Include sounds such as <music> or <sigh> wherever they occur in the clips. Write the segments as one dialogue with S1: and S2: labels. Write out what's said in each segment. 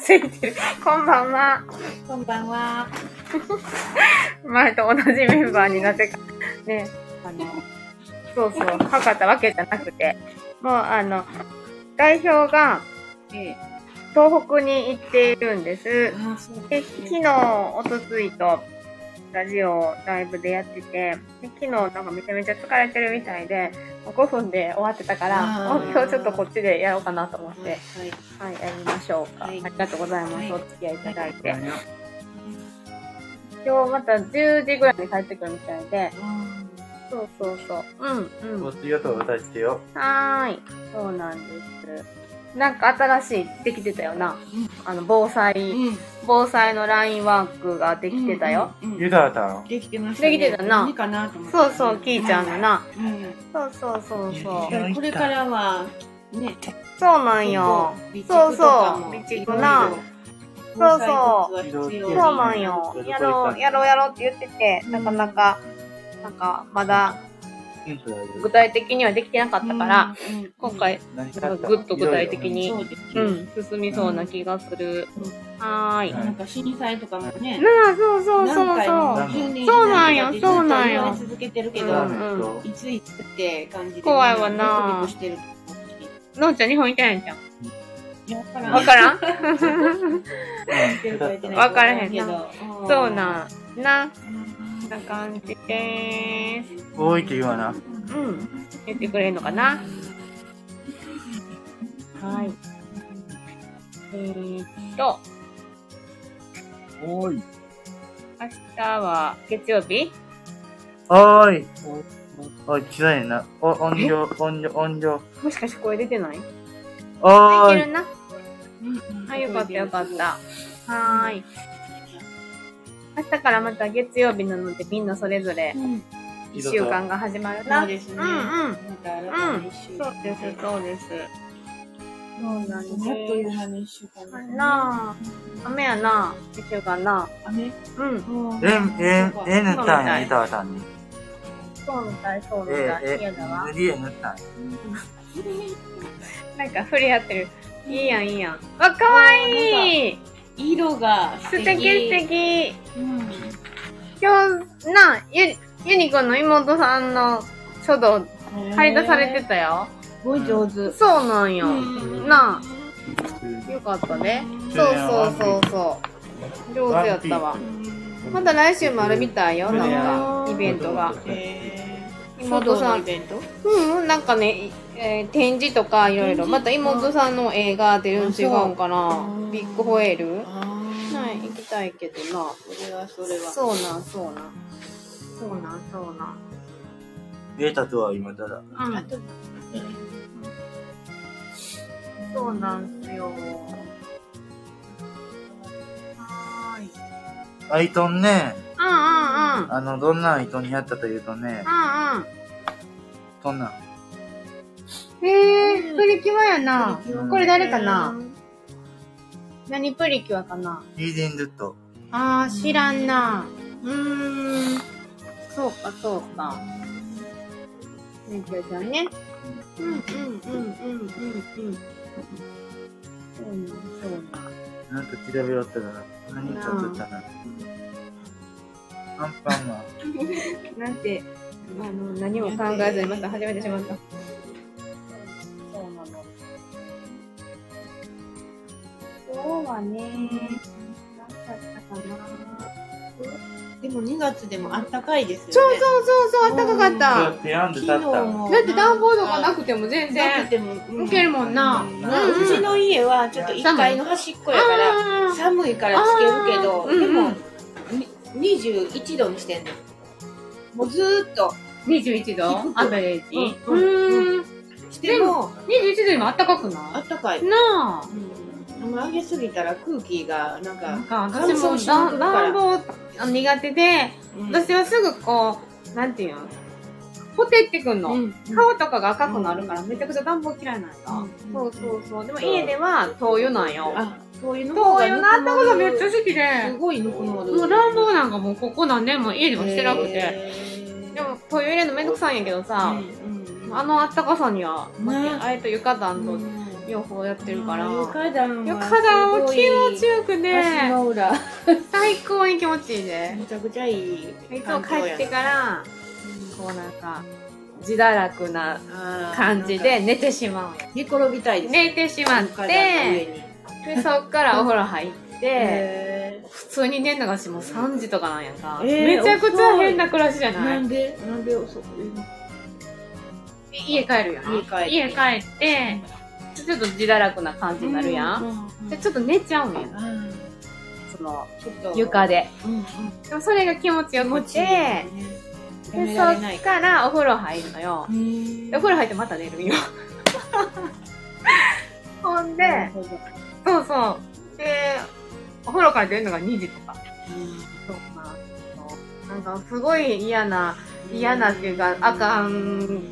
S1: ついてる。こんばんは。
S2: こんばんは。
S1: 前と同じメンバーになぜか。ね、あの、そうそう、かかったわけじゃなくて。もう、あの、代表が
S2: え
S1: 東北に行っているんです。
S2: ああ、そう
S1: で、
S2: です
S1: 昨
S2: ね。
S1: 日、おとついと、ラジオをライブでやってて、で昨日なんかめちゃめちゃ疲れてるみたいで、もう5分で終わってたから、
S2: あ
S1: もう
S2: ー
S1: 今日ちょっとこっちでやろうかなと思っ
S2: は
S1: て
S2: い、、はい。
S1: はい、やりましょうか。
S2: はい
S1: ありがとうございます。
S2: はい
S1: お付き合いいただいて。今日また10時ぐらいに帰ってくるみたいで、
S2: あ
S1: そうそうそう。うん、うん。
S3: お
S1: は
S3: 次と渡してよ。
S1: ーい。そうなんです。なんか新しいできてたよな。あの、防
S2: あ
S1: 災、
S2: うん。
S1: 防災のラインワークができてたよ。
S2: うん。うん
S3: ゆだたん。
S2: できてましたね。
S1: できてたな
S2: 何かなと思って。
S1: そうそう、キーちゃんのな。
S2: うん。
S1: そうそうそうそ
S2: だ
S1: う。
S2: からこれからは、ね、
S1: そうなんよ。そうそう備蓄なそうそうそう
S3: う
S1: なんよ。やろう、やろうやろうって言ってて、なかなか、なんか、まだ具体的にはできてなかったから、、今回、なんかぐっと具体的に
S2: そうです
S1: う
S2: ね。
S1: ん、進みそうな気がする。はーい。な
S2: なんか震災とかもね、
S1: あ、そうそうそう
S2: 何回も
S1: そう。
S2: 10年
S1: そうなんよそうなんよ
S2: ずっと言われ続けてるけど、
S1: うん
S2: いついつって感じで。
S1: 怖いわな
S2: ドキドキしてる
S1: のんちゃん日本行ってないんじゃん。
S2: わから
S1: わからんわ
S2: わ
S1: か
S2: からら
S1: へ
S2: へ
S1: ん
S2: ん
S1: な
S2: けど。
S1: そうなん、な、
S2: うん。
S1: な感じで
S3: 多いって言わな。
S1: ーす。うん。言ってくれるのかなはい。えー、っと、
S3: おい。
S1: 明日は月曜日
S3: おい。おい、違うやな。お、音量、音量、音量。
S1: もしかして声出てない
S3: お
S1: あ、いけ
S3: ーい。
S1: るな。あ、よかったよかった。はーい。明日からまた月曜日なのでみんなそれぞれ
S2: うん。
S1: 一週間が始まる
S2: そ
S1: な。
S2: うですね。
S1: うんうん。
S2: また新たな一週
S1: そ
S2: 間
S1: うです、そうです。そうなんです。
S2: もっという間に一週間ですね。
S1: なあ、雨やな、一週間な。
S2: 雨。
S1: うん。
S3: えん、えん、えぬたんや、ゆだたんに。
S1: そうみたい、そうみ
S3: え
S1: た、い。
S3: え、
S1: 嫌だわ
S3: 塗。りえぬたん。
S1: なんか触れ合ってる。いいやん、いいやん。わ、かわいい
S2: 色が
S1: 素敵素敵。
S2: うん。
S1: 今日、な、ゆ、ゆにこの妹さんの書道、張り出されて
S2: す
S1: たよ。
S2: ごい上手。う
S1: そうなんよ。
S2: ん
S1: なあ、よかったね。そうそうそうそう。上手やったわ。まだ来週もあるみたいよ、なんか、イベントが。
S2: えー、
S1: 妹さ
S2: 書道のイ
S1: ん、
S2: ベント
S1: うんうん、なんかね、いえー展示とかいろいろ。
S2: 展示
S1: また妹さんの映画出るん違うんかな
S2: あそう。
S1: ビッグホエール
S2: ああ
S1: はい、行きたいけどな。
S2: それはそれは
S1: そうなん、そうなん。そうなん、そうな
S3: えたとは今だ
S1: ん。
S3: ら。
S1: う
S2: あ
S1: ん、
S2: と
S1: そうなんすよ。はーい。
S3: アイトンね、
S1: うんうんうん。
S3: あの、どんなアイトンにあったというとね、
S1: う
S3: そんなん。
S1: んうん。へえー、プリキュアやな
S2: プリキュ
S3: ア。
S1: これ誰かな何プリキュアかな
S3: リーディングと。
S1: あー、知らんな。うーん。そうか、そうか。ねきょちゃんね。うんうんうんうんうんうん。そうなん、そう
S3: なんか調べよったら、何ちょっとったな。アンパンマン。
S1: なん。なんて、あの、何も考えずにまた始めてしまった。そうなの。今日はね、なんだったかな。
S2: でも2月でもあったかいですよね
S1: そうそうそうそう、暖かかっ
S3: そ
S1: た
S3: う。やってや
S2: 昨
S3: んで
S2: 日
S3: 立った。
S2: も
S1: だって暖房とかなくても全
S2: な
S1: 然。
S2: くてもう
S1: いけるもんな
S2: う
S3: うん
S2: うちの家はちょっと1階の端っこやから
S1: あー
S2: 寒いからつけるけ
S1: あ
S2: ど
S1: ー
S2: で
S1: うんう
S2: も
S1: ん
S2: に21度にしてんのもうずーっと
S1: 21度アベレージ。う
S2: う
S1: ー
S2: ん
S1: ん。
S2: しても
S1: 21度今あったかく
S2: あ
S1: な
S2: ったかい
S1: いなあ。
S2: うん上げすぎたら空気がなんか
S1: なんか
S2: 乾
S1: 私も
S2: 燥しま
S1: 暖
S2: くるから
S1: 暖房苦手で、
S2: うん
S1: 私はすぐこう、なんていうのほてってくん
S2: う
S1: の。
S2: ん
S1: 顔とかが赤くなるからめちゃくちゃ暖房嫌いなんや。
S2: うん
S1: そうそうそう。でも家では灯油なんよ。
S2: あ灯油の
S1: 灯
S2: 方が
S1: 油のあったかさめっちゃ
S2: す
S1: 好きで。
S2: ごいぬくもる
S1: もう暖房なんかもうここ何年も家でもしてなくて。
S2: へー
S1: でも、こういう入れるのめんどくさいんやけどさ、
S2: うんうんうん
S1: あのあったかさには、
S2: ね
S1: あれと浴衣と、
S2: うん
S1: 両方やってるから。
S2: あー
S1: 床
S2: 床暖は
S1: だも
S2: すごい
S1: 気持ちよく
S2: 足
S1: ね、
S2: の裏
S1: 最高に気持ちいいね。
S2: めちゃくちゃいい
S1: いつも帰ってから、こうなんか、自堕落な
S2: ら
S1: 感じで寝てしまうんや
S2: 寝転びたいです
S1: 寝てしまっ
S2: 床暖の上
S1: て、
S2: に
S1: で、そっ
S2: <laughs>
S1: からお風呂入って、
S2: へ
S1: 普通に寝るのがしもう3時とかなんやんか。
S2: え
S1: め
S2: ー
S1: ちゃくちゃ変な暮らしじゃ
S2: ー
S1: な
S2: ないんでなんで遅く
S1: 家帰るよな。
S2: 家帰って
S1: 家帰って、ちょっと自堕落な感じになるやん。
S2: ん
S1: で、ちょっと寝ちゃうんやな。
S2: うん
S1: その、
S2: ちょっと
S1: 床で。
S2: うんうん
S1: でもそれが気持ちよ
S2: 気
S1: く
S2: 持ちいい
S1: て
S2: ね、や
S1: で、
S2: め
S1: そ
S2: られない
S1: っからお風呂入るのよ。でお風
S2: 呂
S1: 呂入ってまた寝るんよ。 <laughs> ほんで、そうそう。で、お風呂から出るのが2時とか。そうか。なんかすごい嫌な、嫌なっていうか、あかん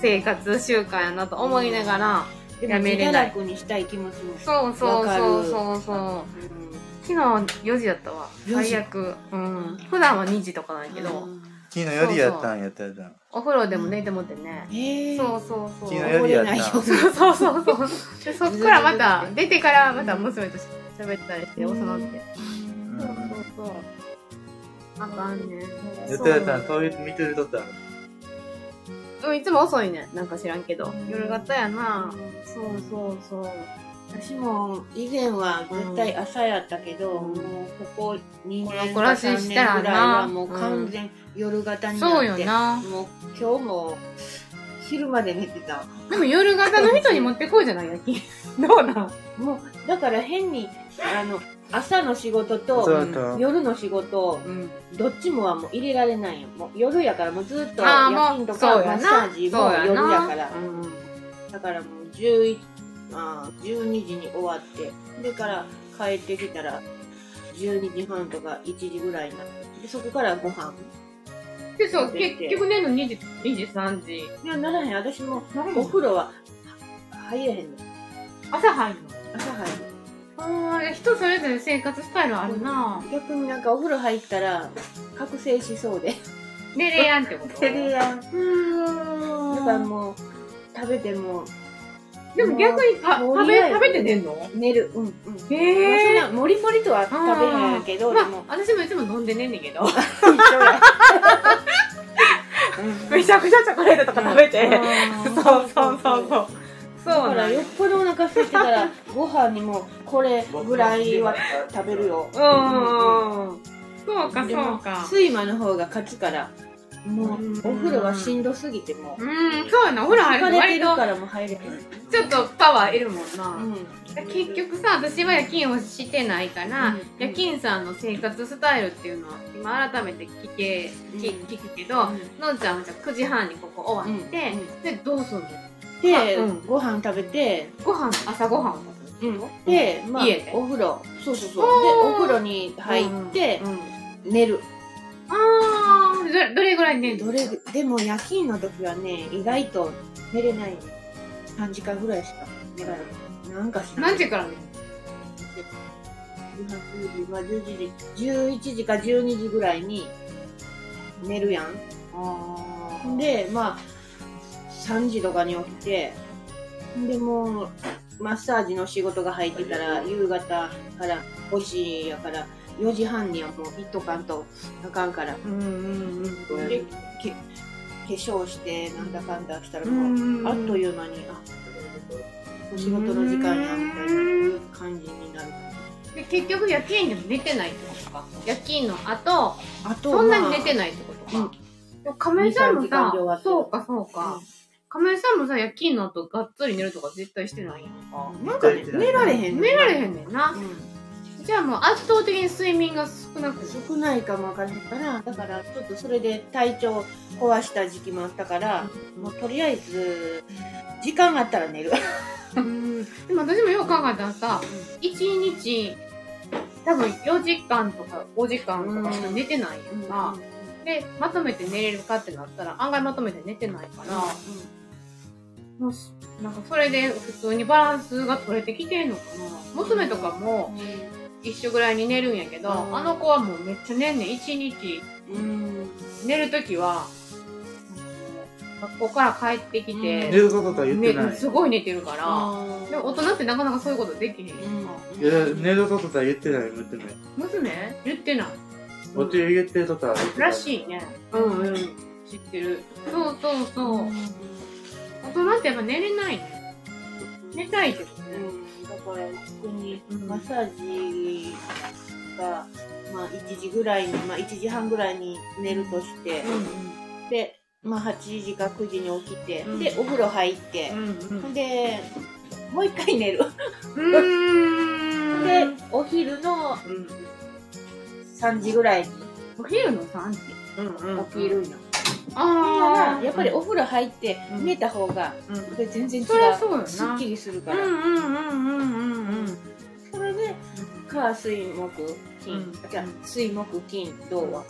S1: 生活習慣やなと思いながら、
S2: でも
S1: やめれない
S2: 自堕落にしたい気持ちも
S1: そうそうそうそう
S2: わ
S1: そう。
S2: うん
S1: 昨日4時だったわ。
S2: 4時
S1: 最悪。うん。普段は2時とかなんやけど、
S3: 昨日よりやったんやったやったん
S1: お風呂でも寝てもってね。
S2: ええ
S1: そうそうそう。
S3: 昨日よりやったん
S1: <laughs>
S2: 溺
S1: そうそうそうそう。で、そっからまた、出てからまた娘と喋ったりして、幼なって。
S3: うん
S1: そうそうそう。あかんね。
S3: やったやったんそういう見てるとったら
S1: うん、いつも遅いね。なんか知らんけど。夜型やな。そうそうそう。
S2: 私も以前は絶対朝やったけど、
S1: うん
S2: もうここ2
S1: こ
S2: 年
S1: こ
S2: からら
S1: しい
S2: 3
S1: し
S2: 年
S1: たらな
S2: ぐらいはもう完全夜型になって、
S1: そうよな。
S2: もう今日も昼まで寝てた
S1: でも夜型の人に持ってこいじゃない、焼き。 <laughs> どうなん
S2: もうだから変にあの朝の仕事と
S3: そうだった
S2: 夜の仕事
S1: うん。
S2: どっちもはもう入れられないよもう夜やからもうずっと
S1: ああ、
S2: 夜
S1: も
S2: 勤と
S1: う、
S2: か
S1: そう
S2: マ
S1: や
S2: ッ
S1: な。
S2: サージ
S1: そ
S2: も
S1: うな
S2: 夜やから
S1: うん。
S2: だからもう11あー12時に終わってでから帰ってきたら12時半とか1時ぐらいになってでそこからご飯
S1: で、そう、結局寝るの2時、2時、3時。
S2: いやならへん私も
S1: 何
S2: お風呂は入れへんの
S1: 朝入るの
S2: 朝入る
S1: ああ、人それぞれ生活スタイルあるな。
S2: 逆になんかお風呂入ったら覚醒しそうで
S1: 寝れやんってこと
S2: てる <laughs> やんだ
S1: うーん
S2: からもう食べても
S1: でも逆にた
S2: もう
S1: 食べ、
S2: もう
S1: 食べて寝んの
S2: 寝るう
S1: へ
S2: んうんもうそんなもりもりとは食べへんやけどでも
S1: まあ、私もいつも飲んでねんねんけど。
S2: 一緒や
S1: めちゃくちゃチョコレートとか食べて。
S2: うん
S1: そうそうそうそう。そ
S2: だ
S1: う
S2: か
S1: な
S2: ら
S1: ん
S2: よ
S1: よ
S2: っ。ぽどお腹空いてたらご飯にもこれぐらいは食べるよ
S1: うーん。そうか、
S2: で
S1: そう
S2: も
S1: か。
S2: 睡魔の方が勝つからも
S1: うん
S2: うお風呂はしんどすぎても
S1: う
S2: う
S1: ーん、そうやな。お風呂入る
S2: 疲
S1: と
S2: れて
S1: 割
S2: る
S1: と
S2: か、らもう入れへん
S1: ちょっとパワーいるもんな。
S2: うん
S1: 結局さ、私は夜勤をしてないから、
S2: うん
S1: 夜勤さんの生活スタイルっていうのは、今改めて聞け、聞
S2: うん
S1: 聞くけど、のんちゃんはじゃあ9時半にここ終わって、
S2: うんうん
S1: で、どうすんの
S2: で
S1: うん
S2: ご飯食べて
S1: ご飯、朝ご飯を食べるの
S2: でまあ
S1: 家で
S2: お風呂そうそうそう
S1: おー
S2: でお風呂に入って
S1: うんうん
S2: 寝る
S1: あーどどれぐらい寝るの
S2: どれぐでも夜勤の時はね意外と寝れないね3時間ぐらいしか寝られないなんかしない
S1: 何時から寝る
S2: 10時まあ11時11時か12時ぐらいに寝るやん
S1: あ
S2: でまあ3時とかに起きてでもうマッサージの仕事が入ってたら夕方から5時やから4時半にはもう行っとかんとあかんから
S1: うんうんうんうん
S2: でけ化粧してなんだかんだしたら
S1: うん
S2: もう
S1: うんうん
S2: あっという間にあお仕事の時間やみたいな感じになる
S1: で結局夜勤でも寝てないってことか夜勤の後
S2: あと
S1: そんなに寝
S2: い
S1: てないってことか、
S2: うん
S1: でも亀井さんも
S2: 二三時間
S1: さ
S2: で終わってる
S1: そうかそうか、亀井さんもさ夜勤の後がっつり寝るとか絶対してないやんか
S2: なんかね、寝られへんね
S1: 寝られへんねんな
S2: う
S1: じゃあもう圧倒的に睡眠が少なくて
S2: ん、少ないかもわからへんからだからちょっとそれで体調壊した時期もあったから、もうとりあえず時間があったら寝る
S1: うんでも私もよく考えたらさ1日多分4時間とか5時間とかしか寝てないやんか、でまとめて寝れるかってなったら案外まとめて寝てないから、もうしなんかそれで普通にバランスが取れてきてんのかな娘とかも一緒ぐらいに寝るんやけど、
S2: うん
S1: あの子はもうめっちゃ寝んねん1日
S2: うんうん
S1: 寝るときは学校から帰ってき
S2: う
S1: て、
S2: ん
S3: 寝ることとは言ってな
S1: ね、
S3: い。
S1: すごい寝てるから、
S2: あ
S1: でも大人ってなかなかそういうことできへんやんか、
S3: いや寝ることとは言ってない、娘。
S1: 娘言ってない
S3: お手入れてることは言ってない。
S1: らしいね
S2: うんうん
S1: 知ってるそうそうそう大人ってやっぱ寝れないね寝たいけどね
S2: うんだから特に
S1: うん
S2: マッサージが、まあ、1時ぐらいに、まあ、1時半ぐらいに寝るとして、で、まあ、8時か9時に起きて、
S1: うん
S2: でお風呂入って
S1: う、んうん
S2: ほんでもう一回寝る、
S1: うんう
S2: で
S1: ーん
S2: お昼の
S1: うん
S2: 3時ぐらいに
S1: お昼の3時
S2: 起きるんや、
S1: あ
S2: だから
S1: あ
S2: やっぱりお風呂入って
S1: うん
S2: 寝た方が、
S1: うん
S2: これ全然違う
S1: そりゃそうよな
S2: すっきりする
S1: う
S2: か
S1: ん
S2: ら、
S1: うんうんうんうんうん
S2: それで火水木金、
S1: うん
S2: じゃあ水木金土は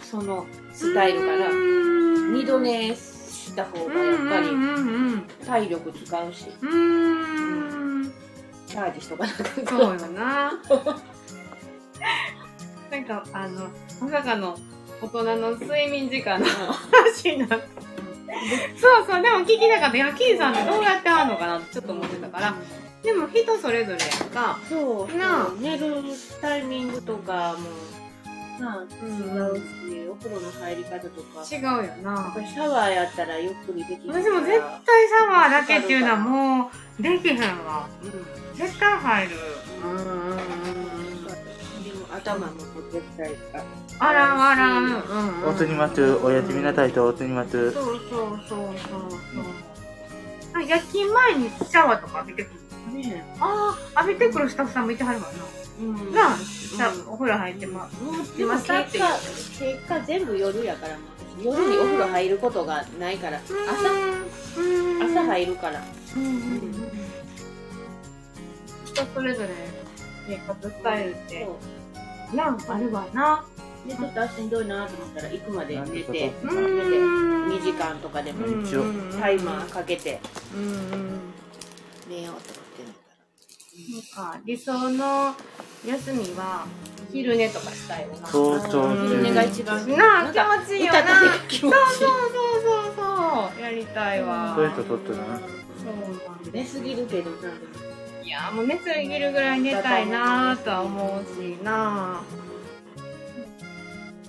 S2: そのスタイルから、二
S1: 二
S2: 度寝した方がやっぱ
S1: う
S2: り
S1: んうん
S2: 体力使うし
S1: うんうんうーん
S2: チャージしとかなくて
S1: そうよな <laughs> なんかあのまさかの大人の睡眠時間の話になってそうそうでも聞きたかったいやキーさんってどうやってあるのかなってちょっと思ってたからでも人それぞれやんか
S2: そう
S1: なあ
S2: 寝るタイミングとかもなあ
S1: うん
S2: 違うしお風呂の入り方とか
S1: 違うよ
S2: やっ
S1: な
S2: ぱりシャワーやったらゆっくりできるから
S1: 私も絶対シャワーだけっていうのはもうできへんわ絶対入るうんうんうん
S2: うんでも頭も絶対あ
S1: あらんあらんうん
S3: お手に待つ、おやすみなさいとお手に待つ。
S1: そうそうそうそうそう。あ夜勤前にシャワーとか浴びてくる。
S2: ね
S1: ああ、浴びてくるスタッフさんもいてはるから
S2: うん
S1: な。なあ、
S2: ん
S1: じゃあお風呂入ってま
S2: も
S1: で
S2: うで
S1: も
S2: も
S1: 結
S2: 結
S1: 果
S2: 果結果全部夜やからもう夜にお風呂入ることがないから
S1: す。
S2: 朝
S1: うん
S2: 朝入るから
S1: うんうんうん人それぞれ生活スタイルって
S2: そう
S1: なんかあるわな。
S2: でちょっとあしんどいなと思ったら行くまで寝て
S1: う
S2: 2
S1: ん
S2: 時間とかでも
S1: うん
S3: 一応
S2: タイマーかけて
S1: うんうん。
S2: 寝ようと思って寝たら
S1: なんか理想の休みは昼寝とかしたいよな。
S3: そうそうう。
S2: 昼寝が一番
S1: なあ
S2: んか
S1: 気持ちいいよな
S2: 歌だけが気持ちい
S1: そうそうそうそうやりたいわ
S3: そういう人撮ってるな。
S1: そうなん
S2: い寝すぎるけどなんでも
S1: いやもう熱すぎるぐらい寝たいなとは思うしな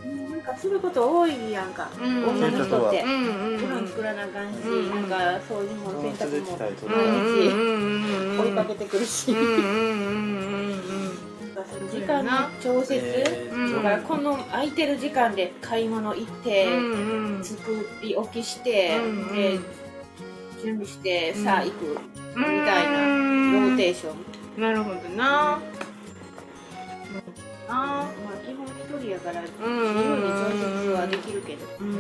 S2: うんなんかすること多いやんか
S1: うん
S2: 女の人って
S1: うんうん
S2: ご飯作らなあかんし
S1: うん
S2: なんか掃除も洗濯も
S1: うん
S2: 毎
S1: うんうんうん
S2: 日追いかけてくるし
S1: うん
S2: なんか
S1: うんうんうん
S2: その時間の調節
S1: うん
S2: だからこの空いてる時間で買い物行って
S1: うんうん
S2: 作り置きして
S1: うんうん
S2: で準備してさあ
S1: うん
S2: 行く
S1: み
S2: たいなローテーション
S1: なるほどなあ
S2: まあ基本一人やから自由
S1: うん
S2: に調節はできるけど、
S1: うんうん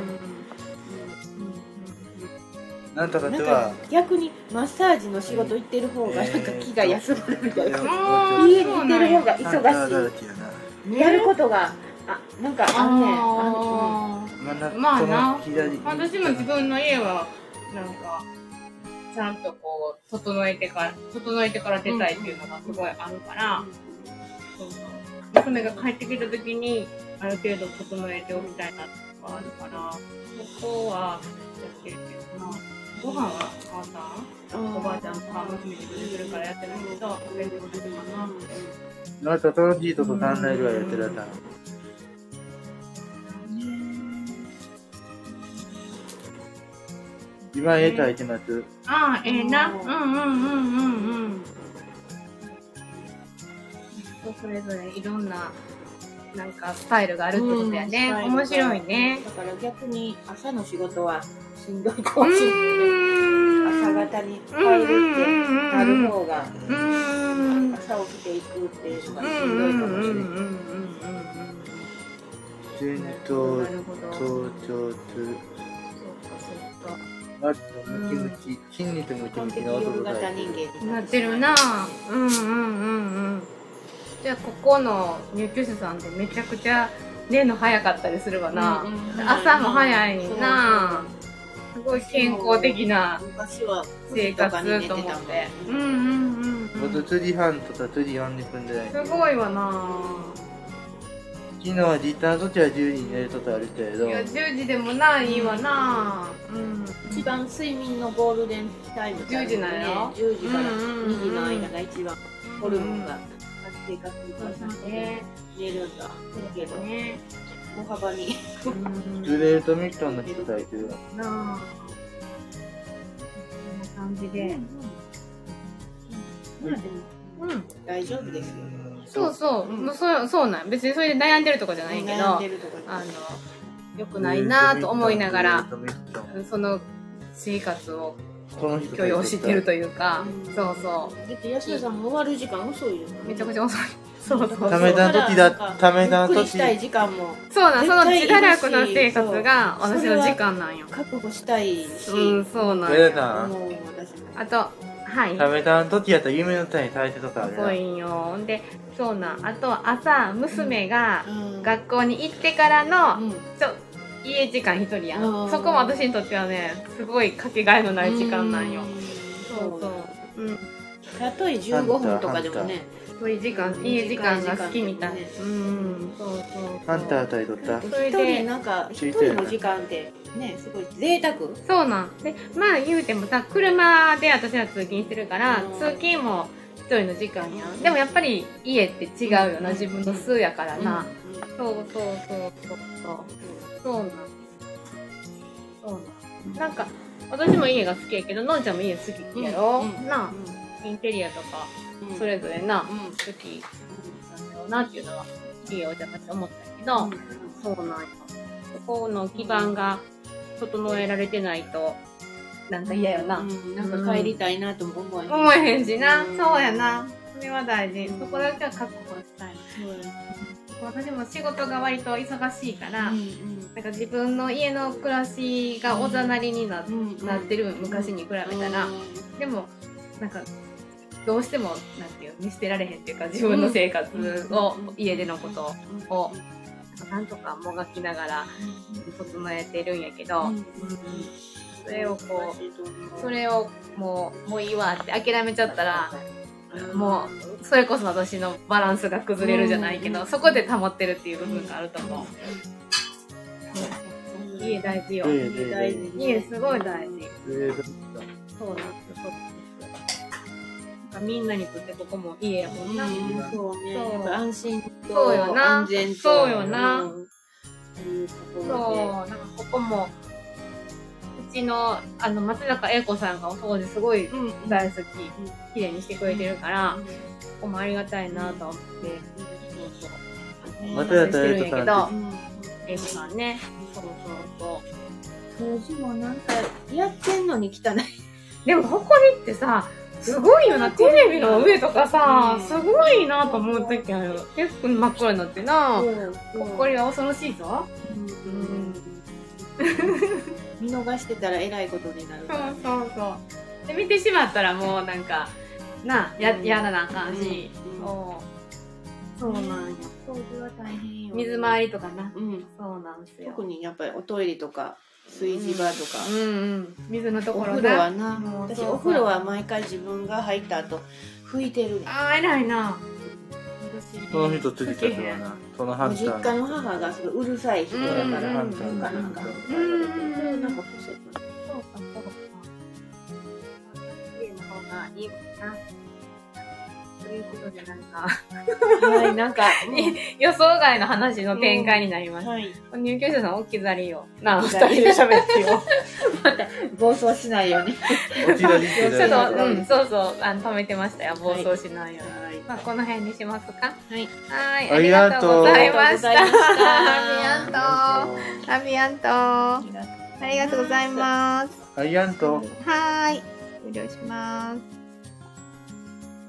S3: なんとか
S2: なん
S3: て
S2: か
S3: は。
S2: 逆にマッサージの仕事行ってる方がなんか気が休まるみたいな、
S1: うん
S2: 家に行ってる方が
S3: ハンターだ
S2: 忙
S3: らけやな。
S2: しいやることがあなんかあんねんあ
S1: あー
S3: まあな
S1: まあな
S3: この左
S1: 私も自分の家はなんかちゃんとこう整えてから整えてから出たいっていうのがすごいあるから、そうそう娘が帰ってきた時にある程度整えておきたいなとかあるからそこはやってるけどなご飯はお母さ
S2: うん
S1: んおばあちゃんとか娘で作ってるからやってるけど食べてもらってるかな
S3: なんか楽しいとこ考えるわやってるやつな今絵描いてます。
S1: ああええなう
S2: うんん
S1: うんうんうんうん人それぞれいろんななんかスタイルがあるってことやね、
S2: うん
S1: 面白いね
S2: だから逆に朝の仕事はしんどいか
S1: う
S2: もしれない
S1: ん
S2: 朝
S1: が
S2: 方に入るってなる方が
S1: うんうん
S2: 朝起きていくっていうのがし
S1: うんん
S2: ど
S1: う
S2: い
S1: ん
S2: かもしれない
S3: 全
S1: うん
S3: 頭
S1: なるほどそう
S3: 頭頂痛。
S1: か
S3: マジでムキムキ。筋肉ムキ
S2: 完
S3: ムキ
S2: 璧
S3: の
S2: 夜
S3: 男が
S2: 型
S3: い
S2: 人
S3: る。
S2: 間
S1: そうか
S2: に
S1: なってるなうんうんうんうんじゃあここの入居者さんってめちゃくちゃ寝るの早かったりするわな、
S2: うんうん
S1: 朝も早いなすごい健康的な
S2: 昔は
S1: 生活と思ってうんうんうん、
S3: ま
S1: う
S3: ず
S1: ん、
S3: 釣り半とか釣り40分ぐらい。
S1: すごいわな
S3: 昨日は時短措置は10時に寝ることあるけれど
S1: いや10時でもないわなうん
S2: 一番睡眠のゴールデンタイムだよね
S1: 10時なんやろ
S2: 10時から
S1: うん
S2: 2時の間が一番ホルモンが活性化するか
S1: そうだ
S2: らね
S1: ね
S2: 寝るんだけど
S1: ね
S2: 大幅に
S1: うん
S3: ずれるとミットンの人体というのは
S1: なあこんな感じでうんうん
S2: 大丈夫ですよ
S1: そうそう、
S2: うん
S1: もうそうそうなん別にそれで悩んでるとかじゃないけど
S2: 悩んでるとかじゃ
S1: あ
S2: ない
S1: のよくないなと思いながら
S3: ずれるとミットン
S1: その生活を
S3: この人
S1: 許容してると
S3: いう
S1: いうか
S2: うん
S1: そうそ
S2: だって安田さんも終わる時間遅いよ
S1: うめちゃくち
S2: ゃ
S1: ゃ遅いそうそう
S3: ためた時だためた
S2: ゆっくり
S3: 時
S2: したい時間も
S1: そうなんその
S2: 絶対いるし
S1: 自堕落な生活が
S2: そう
S1: 私の時間なんよ
S2: 確保したいし、
S1: うんそうなん
S3: や
S1: よ
S3: だな
S2: 思う私も
S1: あとはい
S3: ためた時やったら夢の歌に耐えてとかある
S1: 遅いんよほんでそうなんあと朝娘が
S2: うん
S1: 学校に行ってからの、
S2: うん
S1: ちょ家時間一人やん
S2: うん
S1: そこも私にとってはねすごいかけがえのない時間なんよ
S2: う
S1: そう
S2: そう
S1: そううん
S2: たとえ15分とかでもね
S1: そういう時間
S2: うん
S1: 家時間が好きみたい
S2: 短い時間
S1: うんそうそう
S3: ハンター
S1: ー
S3: とりとった
S1: それ
S2: 一
S1: で
S2: 人なんか一人の時間ってねすごい贅沢
S1: そうなんでまあ言うてもさ車で私は通勤してるから
S2: うん
S1: 通勤も一人の時間やんでもやっぱり家って違うよな
S2: うん
S1: 自分の数やからな
S2: うんうん
S1: そうそうそうそうそうそうなんそうなんなんか私も家が好きやけどのんちゃんも家好きやろ、
S2: うん
S1: なあインテリアとか
S2: うん
S1: それぞれな、
S2: うん
S1: 好きなんだろうなっていうのは家を邪魔して思ったけど、
S2: うん
S1: そうなんよそこの基盤が整えられてないとなんか嫌よな、
S2: うんなんか帰りたいなとも思わへん
S1: 思えへんしな、
S2: ん
S1: そうやなそれは大事、
S2: うん
S1: そこだけは確保したい
S2: そうやな
S1: 私も仕事が割と忙しいから、
S2: うん
S1: なんか自分の家の暮らしがおざなりにな,、
S2: うんうん
S1: なってる昔に比べたら、
S2: うん
S1: でもなんかどうしてもなんていうの見捨てられへんっていうか自分の生活を、
S2: うん
S1: 家でのことをを
S2: うん
S1: なんとかもがきながら整えてるんやけど、
S2: うん
S1: うんそれをこ
S2: 難しいと思
S1: う
S2: う
S1: それをもうもういいわって諦めちゃったら
S2: うん
S1: もうそれこそ私のバランスが崩れるじゃないけど、
S2: うん
S1: そこで保ってるっていう部分があると思う、
S2: うん
S1: 家大事よ、
S3: うん
S2: 大事
S1: 家すごい大事、
S3: ずれると
S1: そうなんですそうなんかみんなにとってここも家やもんな、
S2: うんそうね。
S1: そう
S2: やっぱ安心と
S1: そうよな
S2: 安全と。
S1: そうよな
S2: うん。っていうとこ
S1: そう
S2: ろ、
S1: なんかここも、うちの、あの、松坂英子さんがお掃除すごい
S2: で。うん。
S1: 大好き、綺麗にしてくれてるから、ここもありがたいなと思って、そうそう。
S3: 松坂
S1: してるんやけど
S2: う、ん。
S1: 英子さんね。そうそうそう。
S2: 掃除もなんかやってんのに汚い。
S1: でも、ほこりってさ、すごいよな。テレビの上とかさ、
S2: うん
S1: すごいなと思う時ある。結構真っ黒になってな。ほこ
S2: れ。
S1: りは恐ろしいぞ。
S2: うん。見逃してたらえらいことになる
S1: そ
S2: か
S1: うそ
S2: ら。
S1: うそう。で、見てしまったらもうなんか、な、や、
S2: うん
S1: やらなあかんし。
S2: うん
S1: そう。そうなんよ。
S2: 掃除は大変よ。
S1: 水回りとかな。
S2: うん。
S1: そうなんですよ。
S2: 特にやっぱりおトイレとか炊事場とか。
S1: うんうん。水のと
S2: お
S1: ころ
S2: 風
S1: な
S2: 呂はな
S1: もう
S2: 私
S1: そうそう
S2: お風呂は毎回自分が入った後拭いてるね
S1: ああ、偉いな。
S3: その人ついてきた人はなそのハンタ
S2: 実
S3: ー
S2: 家の母がすごいうるさい人
S1: う
S2: だ
S1: ん
S2: から、
S1: うん
S2: なんか
S1: うん
S2: なんか、
S3: うん
S2: なんか不正
S1: そうか、そうか。家の方がいいかな。ということで、なんか、 <laughs>
S2: はいなんか、
S1: 予想外の話の展開になりました。
S2: はい
S1: 入居者さん、おきざりよ。なあ、
S2: 置
S1: 二
S2: き去
S1: 人
S2: り
S1: で喋ってよ。
S2: 暴走しないよ
S3: <laughs>
S2: うに
S3: 落ち出し
S1: <laughs> ち
S3: て
S1: ょっ
S3: だい
S1: と、
S3: て
S1: うん、そうそう、あの、止めてましたよ。暴
S2: はい
S1: 走しないように。まあ、この辺にしますか。
S2: はい
S1: はい、あ
S3: あ
S1: り
S3: り
S1: が
S3: が
S1: とう
S3: と
S1: ご
S3: う
S1: ざいました。
S2: ありがとうございました
S1: アビアント。アビアント。あ
S2: あ
S1: りがとうございます。
S3: アイアント
S1: はーい。終了します。